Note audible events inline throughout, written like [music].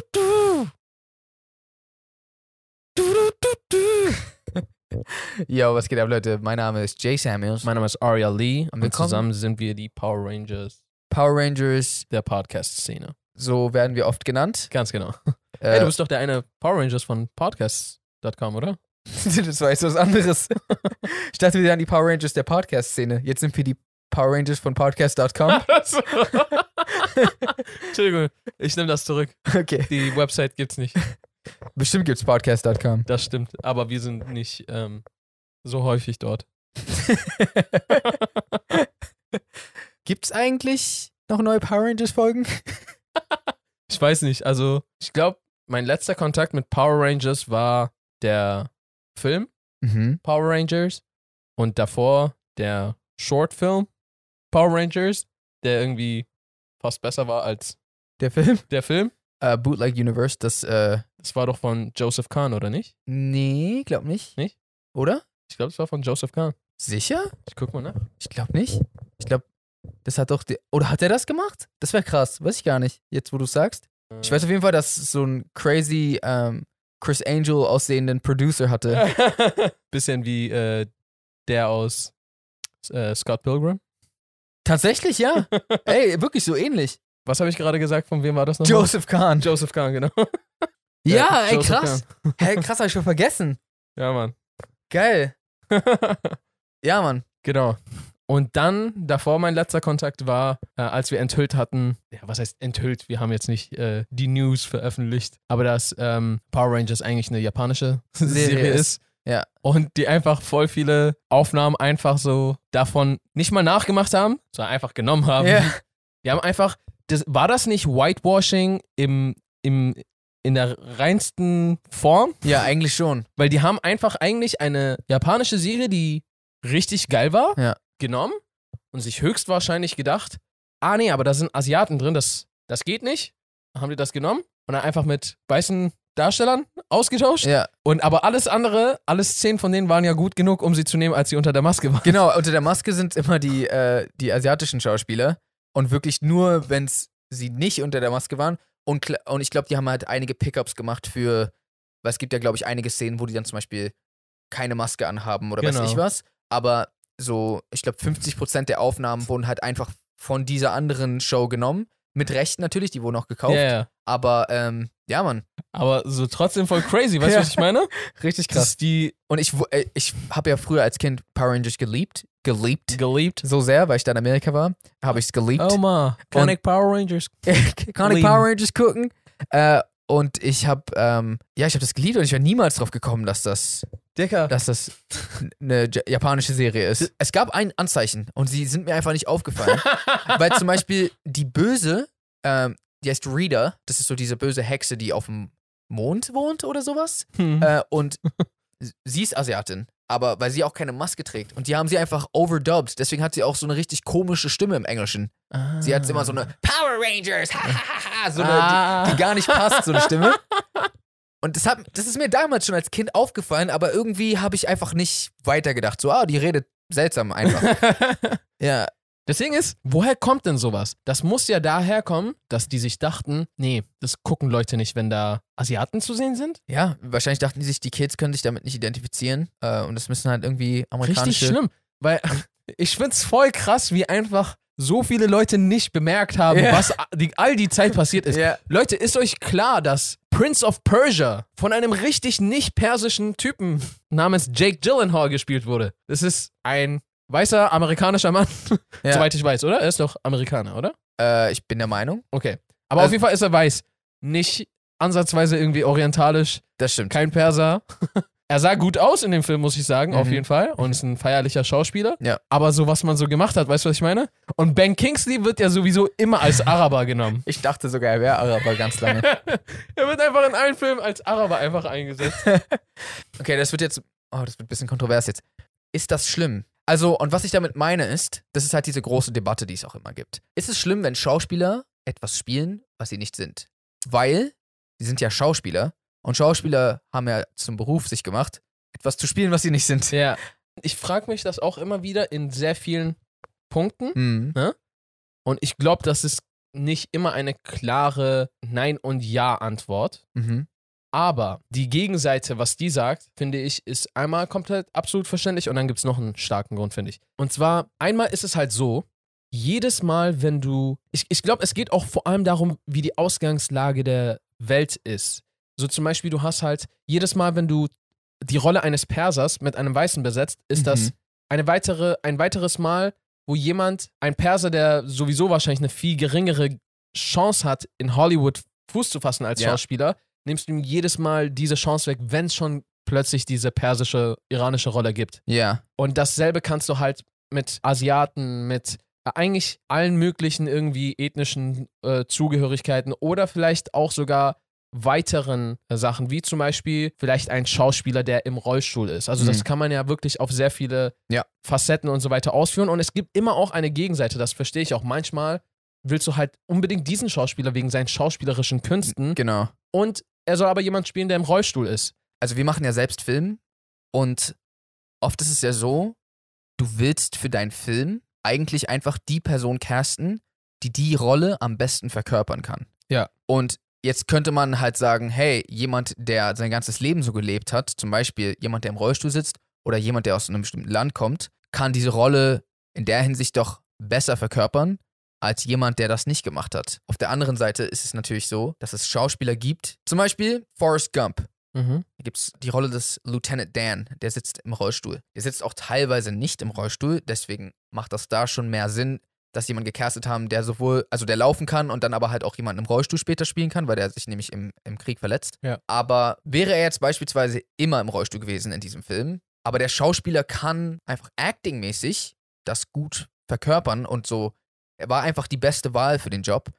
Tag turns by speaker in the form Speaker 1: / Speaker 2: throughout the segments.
Speaker 1: [laughs] Yo, was geht ab, Leute? Mein Name ist Jay Samuels.
Speaker 2: Mein Name ist Aria Lee und
Speaker 1: Willkommen.
Speaker 2: zusammen sind wir die Power Rangers
Speaker 1: Power Rangers,
Speaker 2: der Podcast-Szene.
Speaker 1: so werden wir oft genannt.
Speaker 2: Ganz genau.
Speaker 1: Äh,
Speaker 2: Hey, du bist doch der eine Power Rangers von
Speaker 1: [laughs]
Speaker 2: Podcasts.com, oder? [laughs]
Speaker 1: das war jetzt was anderes. ich dachte, wir wären die Power Rangers der Podcast-Szene. Jetzt sind wir die Power Rangers von
Speaker 2: [laughs]
Speaker 1: Podcast.com.
Speaker 2: So. Entschuldigung, ich nehme das zurück.
Speaker 1: [laughs] Okay.
Speaker 2: Die Website gibt's nicht.
Speaker 1: Bestimmt gibt's Podcast.com.
Speaker 2: Das stimmt. Aber wir sind nicht ähm, so häufig dort.
Speaker 1: [laughs] gibt's eigentlich noch neue Power Rangers-Folgen?
Speaker 2: Ich weiß nicht. Also, ich glaube, mein letzter Kontakt mit Power Rangers war der Film
Speaker 1: Mhm.
Speaker 2: Power Rangers und davor der Shortfilm Power Rangers, der irgendwie fast besser war als
Speaker 1: Der Film?
Speaker 2: der Film.
Speaker 1: Äh, Bootleg Universe, das, äh,
Speaker 2: Das war doch von Joseph Kahn, oder nicht?
Speaker 1: nee, glaub nicht.
Speaker 2: Nicht?
Speaker 1: Oder?
Speaker 2: Ich glaube, es war von Joseph Kahn.
Speaker 1: Sicher?
Speaker 2: Ich guck mal nach.
Speaker 1: Ich glaube nicht. Ich glaube, das hat doch. Der, oder hat er das gemacht? Das wäre krass. Weiß ich gar nicht. Jetzt, wo du sagst. Ich weiß auf jeden Fall, dass so ein crazy ähm, Chris Angel aussehenden Producer hatte.
Speaker 2: nicht. Bisschen wie äh, der aus äh, Scott Pilgrim.
Speaker 1: Tatsächlich,
Speaker 2: [laughs]
Speaker 1: ja. Ey, wirklich so ähnlich.
Speaker 2: Was habe ich gerade gesagt? Von wem war das nochmal?
Speaker 1: Joseph Kahn.
Speaker 2: Joseph Kahn, genau. [laughs]
Speaker 1: ja,
Speaker 2: Äh,
Speaker 1: ey,
Speaker 2: Joseph
Speaker 1: krass.
Speaker 2: Kahn.
Speaker 1: Hey, krass, hab ich schon vergessen.
Speaker 2: Ja, Mann.
Speaker 1: Geil.
Speaker 2: [laughs]
Speaker 1: Ja, Mann.
Speaker 2: Genau. Und dann, davor mein letzter Kontakt war, äh, als wir enthüllt hatten, ja, was heißt enthüllt? Wir haben jetzt nicht äh, die News veröffentlicht, aber dass ähm, Power Rangers eigentlich eine japanische
Speaker 1: Serie
Speaker 2: [laughs] Serie,
Speaker 1: ist.
Speaker 2: ist.
Speaker 1: Ja.
Speaker 2: Und die einfach voll viele Aufnahmen einfach so davon nicht mal nachgemacht haben, sondern einfach genommen haben.
Speaker 1: Ja.
Speaker 2: Die haben einfach, das, war das nicht Whitewashing im, im, in der reinsten Form?
Speaker 1: ja, eigentlich schon.
Speaker 2: Weil die haben einfach eigentlich eine japanische Serie, die richtig geil war,
Speaker 1: Ja.
Speaker 2: genommen und sich höchstwahrscheinlich gedacht, ah nee, aber da sind Asiaten drin, das, das geht nicht. Dann haben die das genommen und dann einfach mit weißen Darstellern ausgetauscht.
Speaker 1: Ja,
Speaker 2: Und aber alles andere, alle Szenen von denen waren ja gut genug, um sie zu nehmen, als sie unter der Maske waren.
Speaker 1: genau. Unter der Maske sind immer die, äh, die asiatischen Schauspieler. Und wirklich nur, wenn sie nicht unter der Maske waren. Und, kla- und ich glaube, die haben halt einige Pickups gemacht für, weil es gibt ja, glaube ich, einige Szenen, wo die dann zum Beispiel keine Maske anhaben oder weiß
Speaker 2: Genau.
Speaker 1: ich was. Aber so, ich glaube, 50% der Aufnahmen wurden halt einfach von dieser anderen Show genommen. Mit Recht natürlich, die wurden auch gekauft.
Speaker 2: Ja, ja.
Speaker 1: Aber ähm, ja, Mann,
Speaker 2: Aber so trotzdem voll crazy, weißt du,
Speaker 1: Ja.
Speaker 2: was ich meine?
Speaker 1: [laughs] richtig
Speaker 2: Das ist die
Speaker 1: Und ich, wu- äh, ich habe ja früher als Kind Power Rangers geliebt. Geliebt.
Speaker 2: geliebt.
Speaker 1: so sehr, weil ich da in Amerika war, habe ich es geliebt. [laughs]
Speaker 2: Oh ma, Conic Power Rangers.
Speaker 1: Kann ich
Speaker 2: Lieben.
Speaker 1: Power Rangers gucken? Äh, und ich habe, ähm, ja, ich habe das geliebt und ich wäre niemals drauf gekommen, dass das,
Speaker 2: Dicker.
Speaker 1: dass das eine ja- japanische Serie ist. Es gab ein Anzeichen und sie sind mir einfach nicht
Speaker 2: [laughs]
Speaker 1: aufgefallen, weil zum Beispiel die Böse, ähm, die heißt Rita, das ist so diese böse Hexe, die auf dem Mond wohnt oder sowas.
Speaker 2: Hm.
Speaker 1: Äh, und s- sie ist Asiatin, aber weil sie auch keine Maske trägt. Und die haben sie einfach overdubbed. Deswegen hat sie auch so eine richtig komische Stimme im Englischen. Sie hat immer so eine Power Rangers, ha, ha, ha, ha, so eine,
Speaker 2: Ah.
Speaker 1: die, die gar nicht passt, so eine
Speaker 2: [laughs]
Speaker 1: Stimme. Und das, hat, das ist mir damals schon als Kind aufgefallen, aber irgendwie habe ich einfach nicht weitergedacht. So, ah, die redet seltsam
Speaker 2: [laughs]
Speaker 1: einfach. ja,
Speaker 2: Deswegen ist, woher kommt denn sowas? Das muss ja daher kommen, dass die sich dachten, nee, das gucken Leute nicht, wenn da Asiaten zu sehen sind.
Speaker 1: ja, wahrscheinlich dachten die sich, die Kids können sich damit nicht identifizieren. Äh, und das müssen halt irgendwie amerikanische.
Speaker 2: Richtig schlimm, weil [laughs] ich find's voll krass, wie einfach so viele Leute nicht bemerkt haben,
Speaker 1: Ja.
Speaker 2: was a- die, all die Zeit passiert ist.
Speaker 1: Ja.
Speaker 2: Leute, ist euch klar, dass Prince of Persia von einem richtig nicht persischen Typen namens Jake Gyllenhaal gespielt wurde? Das ist ein weißer amerikanischer Mann, [laughs]
Speaker 1: Ja.
Speaker 2: soweit ich weiß, oder? Er ist doch Amerikaner, oder?
Speaker 1: Äh, ich bin der Meinung,
Speaker 2: Okay. Aber
Speaker 1: Also-
Speaker 2: auf jeden Fall ist er weiß. Nicht ansatzweise irgendwie orientalisch,
Speaker 1: das stimmt.
Speaker 2: kein
Speaker 1: [laughs]
Speaker 2: Perser. er sah gut aus in dem Film, muss ich sagen, auf
Speaker 1: Mhm.
Speaker 2: jeden Fall. Und ist ein feierlicher Schauspieler.
Speaker 1: Ja.
Speaker 2: Aber so, was man so gemacht hat, weißt du, was ich meine? Und Ben Kingsley wird ja sowieso immer als
Speaker 1: [laughs]
Speaker 2: Araber genommen.
Speaker 1: Ich dachte sogar, er wäre Araber ganz lange.
Speaker 2: Er wird einfach in allen Filmen als Araber einfach eingesetzt.
Speaker 1: Okay, das wird jetzt. Oh, das wird ein bisschen kontrovers jetzt. Ist das schlimm? Also, und was ich damit meine ist, das ist halt diese große Debatte, die es auch immer gibt. Ist es schlimm, wenn Schauspieler etwas spielen, was sie nicht sind? Weil sie sind ja Schauspieler und Schauspieler haben ja zum Beruf sich gemacht, etwas zu spielen, was sie nicht sind.
Speaker 2: ja. Ich frage mich das auch immer wieder in sehr vielen Punkten.
Speaker 1: Mhm.
Speaker 2: Und ich glaube, das ist nicht immer eine klare Nein- und Ja-Antwort.
Speaker 1: Mhm.
Speaker 2: Aber die Gegenseite, was die sagt, finde ich, ist einmal komplett absolut verständlich und dann gibt es noch einen starken Grund, finde ich. Und zwar, einmal ist es halt so, jedes Mal, wenn du. Ich, ich glaube, es geht auch vor allem darum, wie die Ausgangslage der Welt ist. So zum Beispiel, du hast halt jedes Mal, wenn du die Rolle eines Persers mit einem Weißen besetzt, ist das
Speaker 1: Mhm.
Speaker 2: eine weitere, ein weiteres Mal, wo jemand, ein Perser, der sowieso wahrscheinlich eine viel geringere Chance hat, in Hollywood Fuß zu fassen als
Speaker 1: Ja.
Speaker 2: Schauspieler, nimmst du ihm jedes Mal diese Chance weg, wenn es schon plötzlich diese persische, iranische Rolle gibt.
Speaker 1: Ja.
Speaker 2: Und dasselbe kannst du halt mit Asiaten, mit äh, eigentlich allen möglichen irgendwie ethnischen äh, Zugehörigkeiten oder vielleicht auch sogar weiteren äh, Sachen, wie zum Beispiel vielleicht ein Schauspieler, der im Rollstuhl ist. Also das
Speaker 1: Mhm.
Speaker 2: kann man ja wirklich auf sehr viele
Speaker 1: Ja.
Speaker 2: Facetten und so weiter ausführen. Und es gibt immer auch eine Gegenseite, das verstehe ich auch. Manchmal willst du halt unbedingt diesen Schauspieler wegen seinen schauspielerischen Künsten
Speaker 1: Genau.
Speaker 2: und er soll aber jemand spielen, der im Rollstuhl ist.
Speaker 1: also wir machen ja selbst Film und oft ist es ja so, du willst für deinen Film eigentlich einfach die Person casten, die die Rolle am besten verkörpern kann.
Speaker 2: Ja.
Speaker 1: Und jetzt könnte man halt sagen, hey, jemand, der sein ganzes Leben so gelebt hat, zum Beispiel jemand, der im Rollstuhl sitzt oder jemand, der aus einem bestimmten Land kommt, kann diese Rolle in der Hinsicht doch besser verkörpern als jemand, der das nicht gemacht hat. Auf der anderen Seite ist es natürlich so, dass es Schauspieler gibt, zum Beispiel Forrest Gump.
Speaker 2: Mhm.
Speaker 1: Da gibt es die Rolle des Lieutenant Dan, der sitzt im Rollstuhl. Der sitzt auch teilweise nicht im Rollstuhl, deswegen macht das da schon mehr Sinn, dass jemand gecastet haben, der sowohl, also der laufen kann und dann aber halt auch jemanden im Rollstuhl später spielen kann, weil der sich nämlich im, im Krieg verletzt.
Speaker 2: Ja.
Speaker 1: Aber wäre er jetzt beispielsweise immer im Rollstuhl gewesen in diesem Film, aber der Schauspieler kann einfach actingmäßig das gut verkörpern und so, er war einfach die beste Wahl für den Job,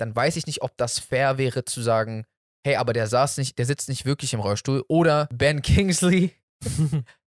Speaker 1: dann weiß ich nicht, ob das fair wäre zu sagen, hey, aber der saß nicht, der sitzt nicht wirklich im Rollstuhl. Oder Ben
Speaker 2: [laughs]
Speaker 1: Kingsley.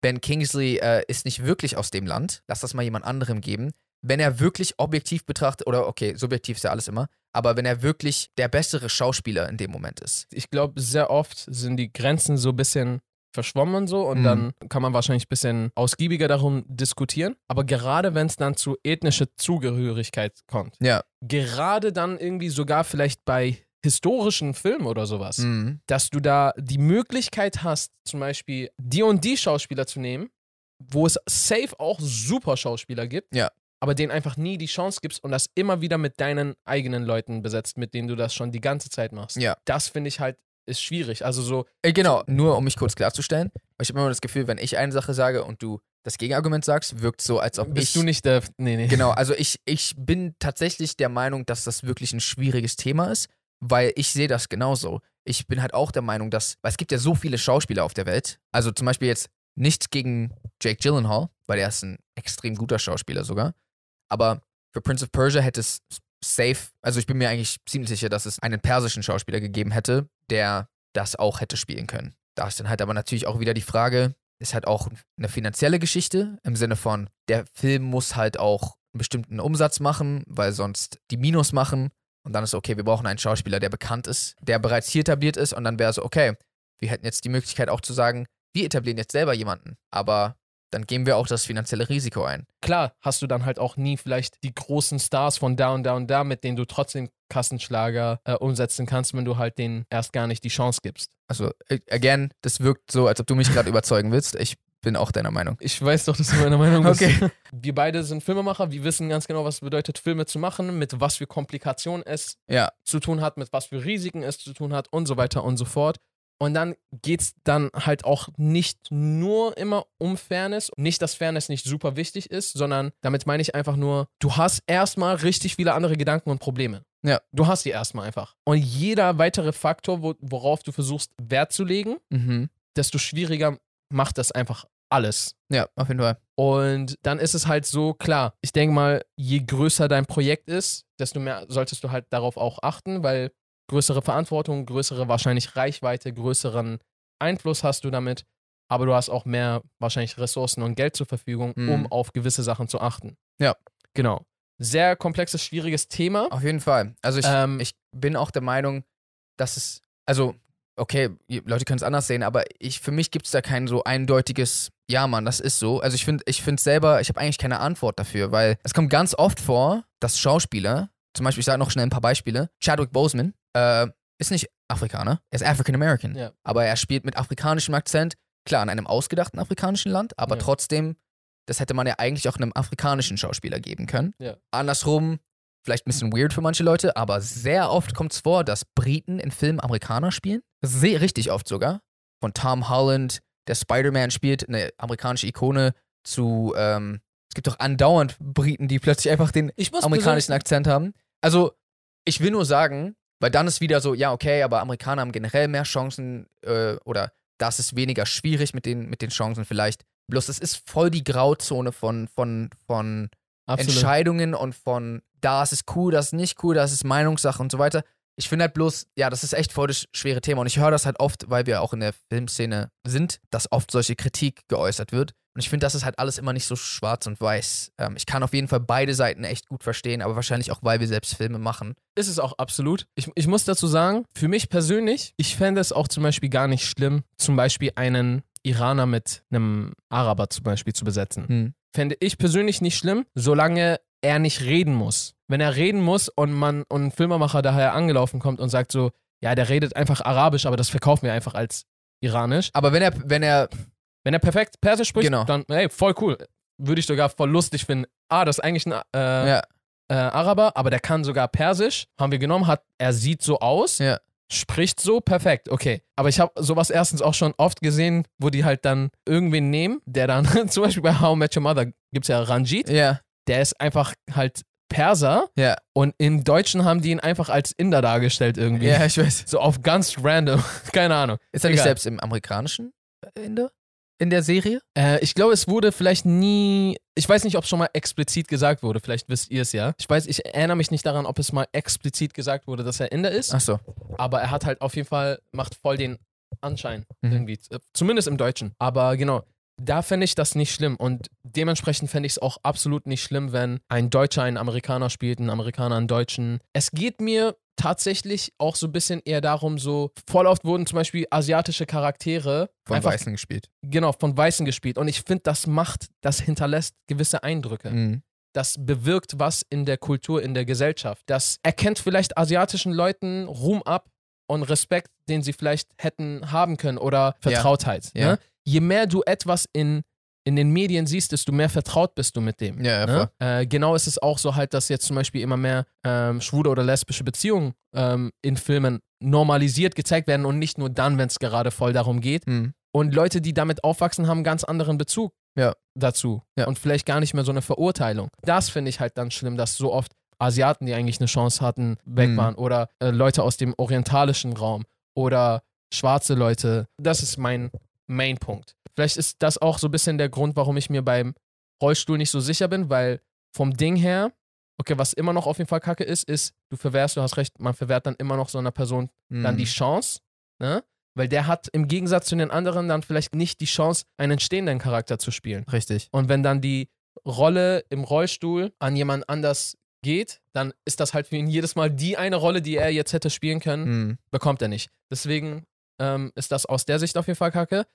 Speaker 1: ben Kingsley äh, ist nicht wirklich aus dem Land. Lass das mal jemand anderem geben. Wenn er wirklich objektiv betrachtet, oder okay, subjektiv ist ja alles immer, aber wenn er wirklich der bessere Schauspieler in dem Moment ist.
Speaker 2: ich glaube, sehr oft sind die Grenzen so ein bisschen verschwommen und so und
Speaker 1: Mhm.
Speaker 2: dann kann man wahrscheinlich ein bisschen ausgiebiger darum diskutieren. Aber gerade wenn es dann zu ethnischer Zugehörigkeit kommt,
Speaker 1: Ja.
Speaker 2: gerade dann irgendwie sogar vielleicht bei historischen Filmen oder sowas,
Speaker 1: Mhm.
Speaker 2: dass du da die Möglichkeit hast, zum Beispiel die und die Schauspieler zu nehmen, wo es safe auch super Schauspieler gibt,
Speaker 1: Ja.
Speaker 2: aber denen einfach nie die Chance gibst und das immer wieder mit deinen eigenen Leuten besetzt, mit denen du das schon die ganze Zeit machst.
Speaker 1: Ja.
Speaker 2: Das finde ich halt ist schwierig. Also so,
Speaker 1: Äh, genau, nur um mich kurz klarzustellen. weil Ich habe immer das Gefühl, wenn ich eine Sache sage und du das Gegenargument sagst, wirkt so, als ob
Speaker 2: bist
Speaker 1: ich
Speaker 2: du nicht der. Nee, nee.
Speaker 1: Genau, also ich, ich bin tatsächlich der Meinung, dass das wirklich ein schwieriges Thema ist, weil ich sehe das genauso. Ich bin halt auch der Meinung, dass, weil es gibt ja so viele Schauspieler auf der Welt. Also zum Beispiel jetzt nichts gegen Jake Gyllenhaal, weil er ist ein extrem guter Schauspieler sogar. Aber für Prince of Persia hätte es safe, also ich bin mir eigentlich ziemlich sicher, dass es einen persischen Schauspieler gegeben hätte, der das auch hätte spielen können. Da ist dann halt aber natürlich auch wieder die Frage, ist halt auch eine finanzielle Geschichte im Sinne von, der Film muss halt auch einen bestimmten Umsatz machen, weil sonst die Minus machen und dann ist okay, wir brauchen einen Schauspieler, der bekannt ist, der bereits hier etabliert ist und dann wäre es okay, wir hätten jetzt die Möglichkeit auch zu sagen, wir etablieren jetzt selber jemanden, aber dann gehen wir auch das finanzielle Risiko ein.
Speaker 2: [laughs] Klar, hast du dann halt auch nie vielleicht die großen Stars von da und da und da, mit denen du trotzdem Kassenschlager äh, umsetzen kannst, wenn du halt denen erst gar nicht die Chance gibst.
Speaker 1: Also, äh, again, das wirkt so, als ob du mich gerade überzeugen willst. Ich bin auch deiner Meinung.
Speaker 2: Ich weiß doch, dass du meiner Meinung bist.
Speaker 1: Okay.
Speaker 2: Wir beide sind Filmemacher, wir wissen ganz genau, was es bedeutet, Filme zu machen, mit was für Komplikationen es
Speaker 1: [laughs] Ja.
Speaker 2: zu tun hat, mit was für Risiken es zu tun hat und so weiter und so fort. Und dann geht es dann halt auch nicht nur immer um Fairness. Nicht, dass Fairness nicht super wichtig ist, sondern damit meine ich einfach nur, du hast erstmal richtig viele andere Gedanken und Probleme.
Speaker 1: Ja.
Speaker 2: Du hast die erstmal einfach. Und jeder weitere Faktor, wo, worauf du versuchst, Wert zu legen,
Speaker 1: Mhm.
Speaker 2: desto schwieriger macht das einfach alles.
Speaker 1: Ja, auf jeden Fall.
Speaker 2: Und dann ist es halt so, klar, ich denke mal, je größer dein Projekt ist, desto mehr solltest du halt darauf auch achten, weil größere Verantwortung, größere wahrscheinlich Reichweite, größeren Einfluss hast du damit, aber du hast auch mehr wahrscheinlich Ressourcen und Geld zur Verfügung,
Speaker 1: Mhm.
Speaker 2: um auf gewisse Sachen zu achten.
Speaker 1: Ja.
Speaker 2: Genau. Sehr komplexes, schwieriges Thema.
Speaker 1: Auf jeden Fall. Also, ich,
Speaker 2: ähm,
Speaker 1: ich bin auch der Meinung, dass es, also, okay, ihr- Leute können es anders sehen, aber ich, für mich gibt es da kein so eindeutiges, ja, Mann, das ist so. Also ich finde, ich finde selber, ich habe eigentlich keine Antwort dafür, weil es kommt ganz oft vor, dass Schauspieler, zum Beispiel, ich sage noch schnell ein paar Beispiele, Chadwick Boseman, äh, ist nicht Afrikaner. Er ist African American.
Speaker 2: Ja.
Speaker 1: Aber er spielt mit afrikanischem Akzent, klar, in einem ausgedachten afrikanischen Land, aber
Speaker 2: Ja.
Speaker 1: trotzdem, das hätte man ja eigentlich auch einem afrikanischen Schauspieler geben können.
Speaker 2: Ja.
Speaker 1: Andersrum, vielleicht ein bisschen weird für manche Leute, aber sehr oft kommt es vor, dass Briten in Filmen Amerikaner spielen. Sehr richtig oft sogar. Von Tom Holland, der Spider-Man spielt, eine amerikanische Ikone, zu, ähm, es gibt doch andauernd Briten, die plötzlich einfach den
Speaker 2: Ich muss
Speaker 1: amerikanischen Akzent haben. Also, ich will nur sagen, weil dann ist wieder so, ja, okay, aber Amerikaner haben generell mehr Chancen äh, oder das ist weniger schwierig mit den, mit den Chancen vielleicht. Bloß es ist voll die Grauzone von, von, von
Speaker 2: Absolut.
Speaker 1: Entscheidungen und von das ist cool, das ist nicht cool, das ist Meinungssache und so weiter. Ich finde halt bloß, ja, das ist echt voll das schwere Thema und ich höre das halt oft, weil wir auch in der Filmszene sind, dass oft solche Kritik geäußert wird. Und ich finde, das ist halt alles immer nicht so schwarz und weiß. Ähm, ich kann auf jeden Fall beide Seiten echt gut verstehen, aber wahrscheinlich auch, weil wir selbst Filme machen.
Speaker 2: Ist es auch absolut. Ich, ich muss dazu sagen, für mich persönlich, ich fände es auch zum Beispiel gar nicht schlimm, zum Beispiel einen Iraner mit einem Araber zum Beispiel zu besetzen.
Speaker 1: Hm.
Speaker 2: Fände ich persönlich nicht schlimm, solange er nicht reden muss. Wenn er reden muss und man und ein Filmemacher daher angelaufen kommt und sagt so, ja, der redet einfach Arabisch, aber das verkaufen wir einfach als iranisch.
Speaker 1: Aber wenn er, wenn er,
Speaker 2: Wenn er perfekt Persisch spricht,
Speaker 1: Genau.
Speaker 2: dann, hey, voll cool. Würde ich sogar voll lustig finden. Ah, das ist eigentlich ein äh,
Speaker 1: ja,
Speaker 2: äh, Araber, aber der kann sogar Persisch. Haben wir genommen, hat, er sieht so aus,
Speaker 1: Ja.
Speaker 2: spricht so, perfekt, okay. Aber ich habe sowas erstens auch schon oft gesehen, wo die halt dann irgendwen nehmen, der dann, [laughs] zum Beispiel bei How I Met Your Mother gibt es ja Ranjit,
Speaker 1: ja,
Speaker 2: der ist einfach halt Perser
Speaker 1: ja,
Speaker 2: und im Deutschen haben die ihn einfach als Inder dargestellt irgendwie.
Speaker 1: ja, ich weiß.
Speaker 2: [laughs] So auf ganz random, [laughs] keine Ahnung.
Speaker 1: Ist er nicht
Speaker 2: Egal.
Speaker 1: selbst im amerikanischen Ende? In der Serie?
Speaker 2: Äh, ich glaube, es wurde vielleicht nie. Ich weiß nicht, ob es schon mal explizit gesagt wurde. Vielleicht wisst ihr es ja. Ich weiß, ich erinnere mich nicht daran, ob es mal explizit gesagt wurde, dass er Inder ist.
Speaker 1: Ach so.
Speaker 2: Aber er hat halt auf jeden Fall, macht voll den Anschein
Speaker 1: Mhm.
Speaker 2: irgendwie. Z- äh, Zumindest im Deutschen. Aber genau, da fände ich das nicht schlimm. Und dementsprechend fände ich es auch absolut nicht schlimm, wenn ein Deutscher einen Amerikaner spielt, ein Amerikaner einen Deutschen. Es geht mir tatsächlich auch so ein bisschen eher darum, so voll oft wurden zum Beispiel asiatische Charaktere
Speaker 1: Von
Speaker 2: einfach
Speaker 1: Weißen gespielt.
Speaker 2: genau, von Weißen gespielt. Und ich finde, das macht, das hinterlässt gewisse Eindrücke.
Speaker 1: Mhm.
Speaker 2: Das bewirkt was in der Kultur, in der Gesellschaft. Das erkennt vielleicht asiatischen Leuten Ruhm ab und Respekt, den sie vielleicht hätten haben können
Speaker 1: Ja.
Speaker 2: oder Vertrautheit.
Speaker 1: Ja.
Speaker 2: Ne? Je mehr du etwas in, in den Medien siehst, desto mehr vertraut bist du mit dem.
Speaker 1: Ja, ja,
Speaker 2: Ne? Äh, genau ist es auch so halt, dass jetzt zum Beispiel immer mehr ähm, schwule oder lesbische Beziehungen ähm, in Filmen normalisiert gezeigt werden und nicht nur dann, wenn es gerade voll darum geht,
Speaker 1: voll. Mhm.
Speaker 2: und Leute, die damit aufwachsen, haben einen ganz anderen Bezug
Speaker 1: Ja.
Speaker 2: dazu.
Speaker 1: Ja.
Speaker 2: Und vielleicht gar nicht mehr so eine Verurteilung. Das finde ich halt dann schlimm, dass so oft Asiaten, die eigentlich eine Chance hatten, weg
Speaker 1: Mhm.
Speaker 2: waren. Oder äh, Leute aus dem orientalischen Raum. Oder schwarze Leute. Das ist mein Mainpunkt. Vielleicht ist das auch so ein bisschen der Grund, warum ich mir beim Rollstuhl nicht so sicher bin, weil vom Ding her, okay, was immer noch auf jeden Fall kacke ist, ist, du verwehrst, du hast recht, man verwehrt dann immer noch so einer Person dann
Speaker 1: Mhm.
Speaker 2: die Chance, ne? Weil der hat im Gegensatz zu den anderen dann vielleicht nicht die Chance, einen stehenden Charakter zu spielen.
Speaker 1: Richtig.
Speaker 2: Und wenn dann die Rolle im Rollstuhl an jemand anders geht, dann ist das halt für ihn jedes Mal die eine Rolle, die er jetzt hätte spielen können,
Speaker 1: Mhm.
Speaker 2: bekommt er nicht. Deswegen ähm, ist das aus der Sicht auf jeden Fall kacke.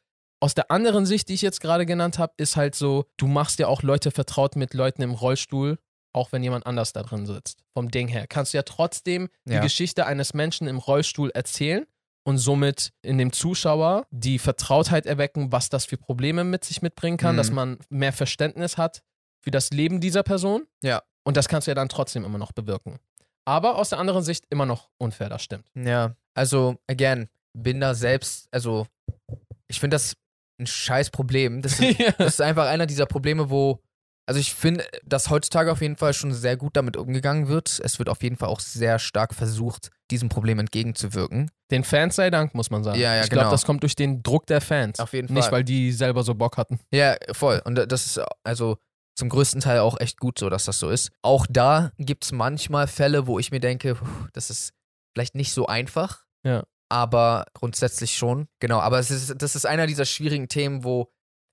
Speaker 2: Aus der anderen Sicht, die ich jetzt gerade genannt habe, ist halt so, du machst ja auch Leute vertraut mit Leuten im Rollstuhl, auch wenn jemand anders da drin sitzt. Vom Ding her. Kannst du ja trotzdem die
Speaker 1: Ja.
Speaker 2: Geschichte eines Menschen im Rollstuhl erzählen und somit in dem Zuschauer die Vertrautheit erwecken, was das für Probleme mit sich mitbringen kann,
Speaker 1: Mhm.
Speaker 2: dass man mehr Verständnis hat für das Leben dieser Person.
Speaker 1: Ja.
Speaker 2: Und das kannst du ja dann trotzdem immer noch bewirken. Aber aus der anderen Sicht immer noch unfair,
Speaker 1: [laughs]
Speaker 2: das stimmt.
Speaker 1: Ja. Also, again, bin da selbst, also, ich finde das ein scheiß Problem. [laughs] Das ist,
Speaker 2: ja.
Speaker 1: das ist einfach einer dieser Probleme, wo, also ich finde, dass heutzutage auf jeden Fall schon sehr gut damit umgegangen wird. Es wird auf jeden Fall auch sehr stark versucht, diesem Problem entgegenzuwirken.
Speaker 2: Den Fans sei Dank, muss man sagen.
Speaker 1: Ja, ja,
Speaker 2: ich glaube,
Speaker 1: genau.
Speaker 2: das kommt durch den Druck der Fans.
Speaker 1: Auf jeden Fall.
Speaker 2: Nicht, weil die selber so Bock hatten.
Speaker 1: Ja, voll. Und da- das ist also zum größten Teil auch echt gut so, dass das so ist. Auch da gibt es manchmal Fälle, wo ich mir denke, puh, das ist vielleicht nicht so einfach.
Speaker 2: Ja.
Speaker 1: Aber grundsätzlich schon. Genau, aber es ist, das ist einer dieser schwierigen Themen, wo,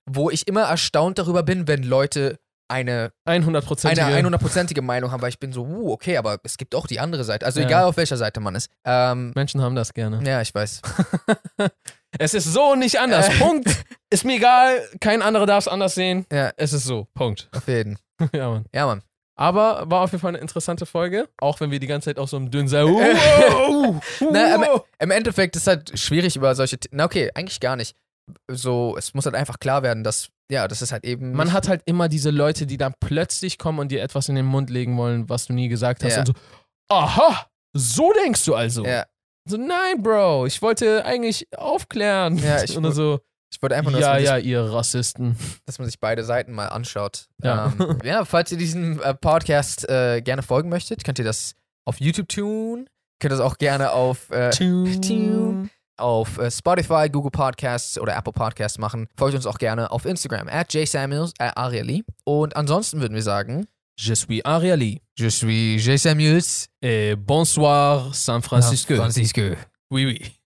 Speaker 1: wo ich immer erstaunt darüber bin, wenn Leute eine
Speaker 2: 100
Speaker 1: eine 100%ige Meinung haben, weil ich bin so, uh, okay, aber es gibt auch die andere Seite. Also
Speaker 2: Ja.
Speaker 1: egal auf welcher Seite man ist. Ähm,
Speaker 2: Menschen haben das gerne.
Speaker 1: ja, ich weiß.
Speaker 2: Es ist so und nicht anders.
Speaker 1: Äh.
Speaker 2: Punkt. Ist mir egal. Kein anderer darf es anders sehen.
Speaker 1: Ja.
Speaker 2: Es ist so. Punkt. [laughs]
Speaker 1: Auf jeden.
Speaker 2: ja, Mann.
Speaker 1: Ja, Mann.
Speaker 2: Aber war auf jeden Fall eine interessante Folge, auch wenn wir die ganze Zeit auch so im dünnen Seil.
Speaker 1: Na,
Speaker 2: Äh. [laughs] Na,
Speaker 1: aber- Im Endeffekt ist halt schwierig über solche. The- Na, okay, eigentlich gar nicht. So, es muss halt einfach klar werden, dass, ja, das ist halt eben.
Speaker 2: man hat halt immer diese Leute, die dann plötzlich kommen und dir etwas in den Mund legen wollen, was du nie gesagt hast.
Speaker 1: Ja.
Speaker 2: Und so, aha, so denkst du also.
Speaker 1: Ja,
Speaker 2: So, nein, Bro, ich wollte eigentlich aufklären. [laughs]
Speaker 1: Ja, ich
Speaker 2: und dann so,
Speaker 1: ich wollte einfach nur, dass,
Speaker 2: ja,
Speaker 1: man
Speaker 2: ja,
Speaker 1: Sich,
Speaker 2: ihr [laughs] Rassisten.
Speaker 1: dass man sich beide Seiten mal anschaut.
Speaker 2: Ja. [laughs]
Speaker 1: Ähm, ja falls ihr diesem äh, Podcast äh, gerne folgen möchtet, könnt ihr das auf YouTube tun. Könnt ihr das auch gerne auf. Äh, Tune. auf äh, Spotify, Google Podcasts oder Apple Podcasts machen. Folgt uns auch gerne auf Instagram at jsamuels, äh, Arieli. Und ansonsten würden wir sagen,
Speaker 2: Je suis Ariali.
Speaker 1: je suis J. Samuels
Speaker 2: Et bonsoir, San Francisco.
Speaker 1: Francisco.
Speaker 2: Oui, oui.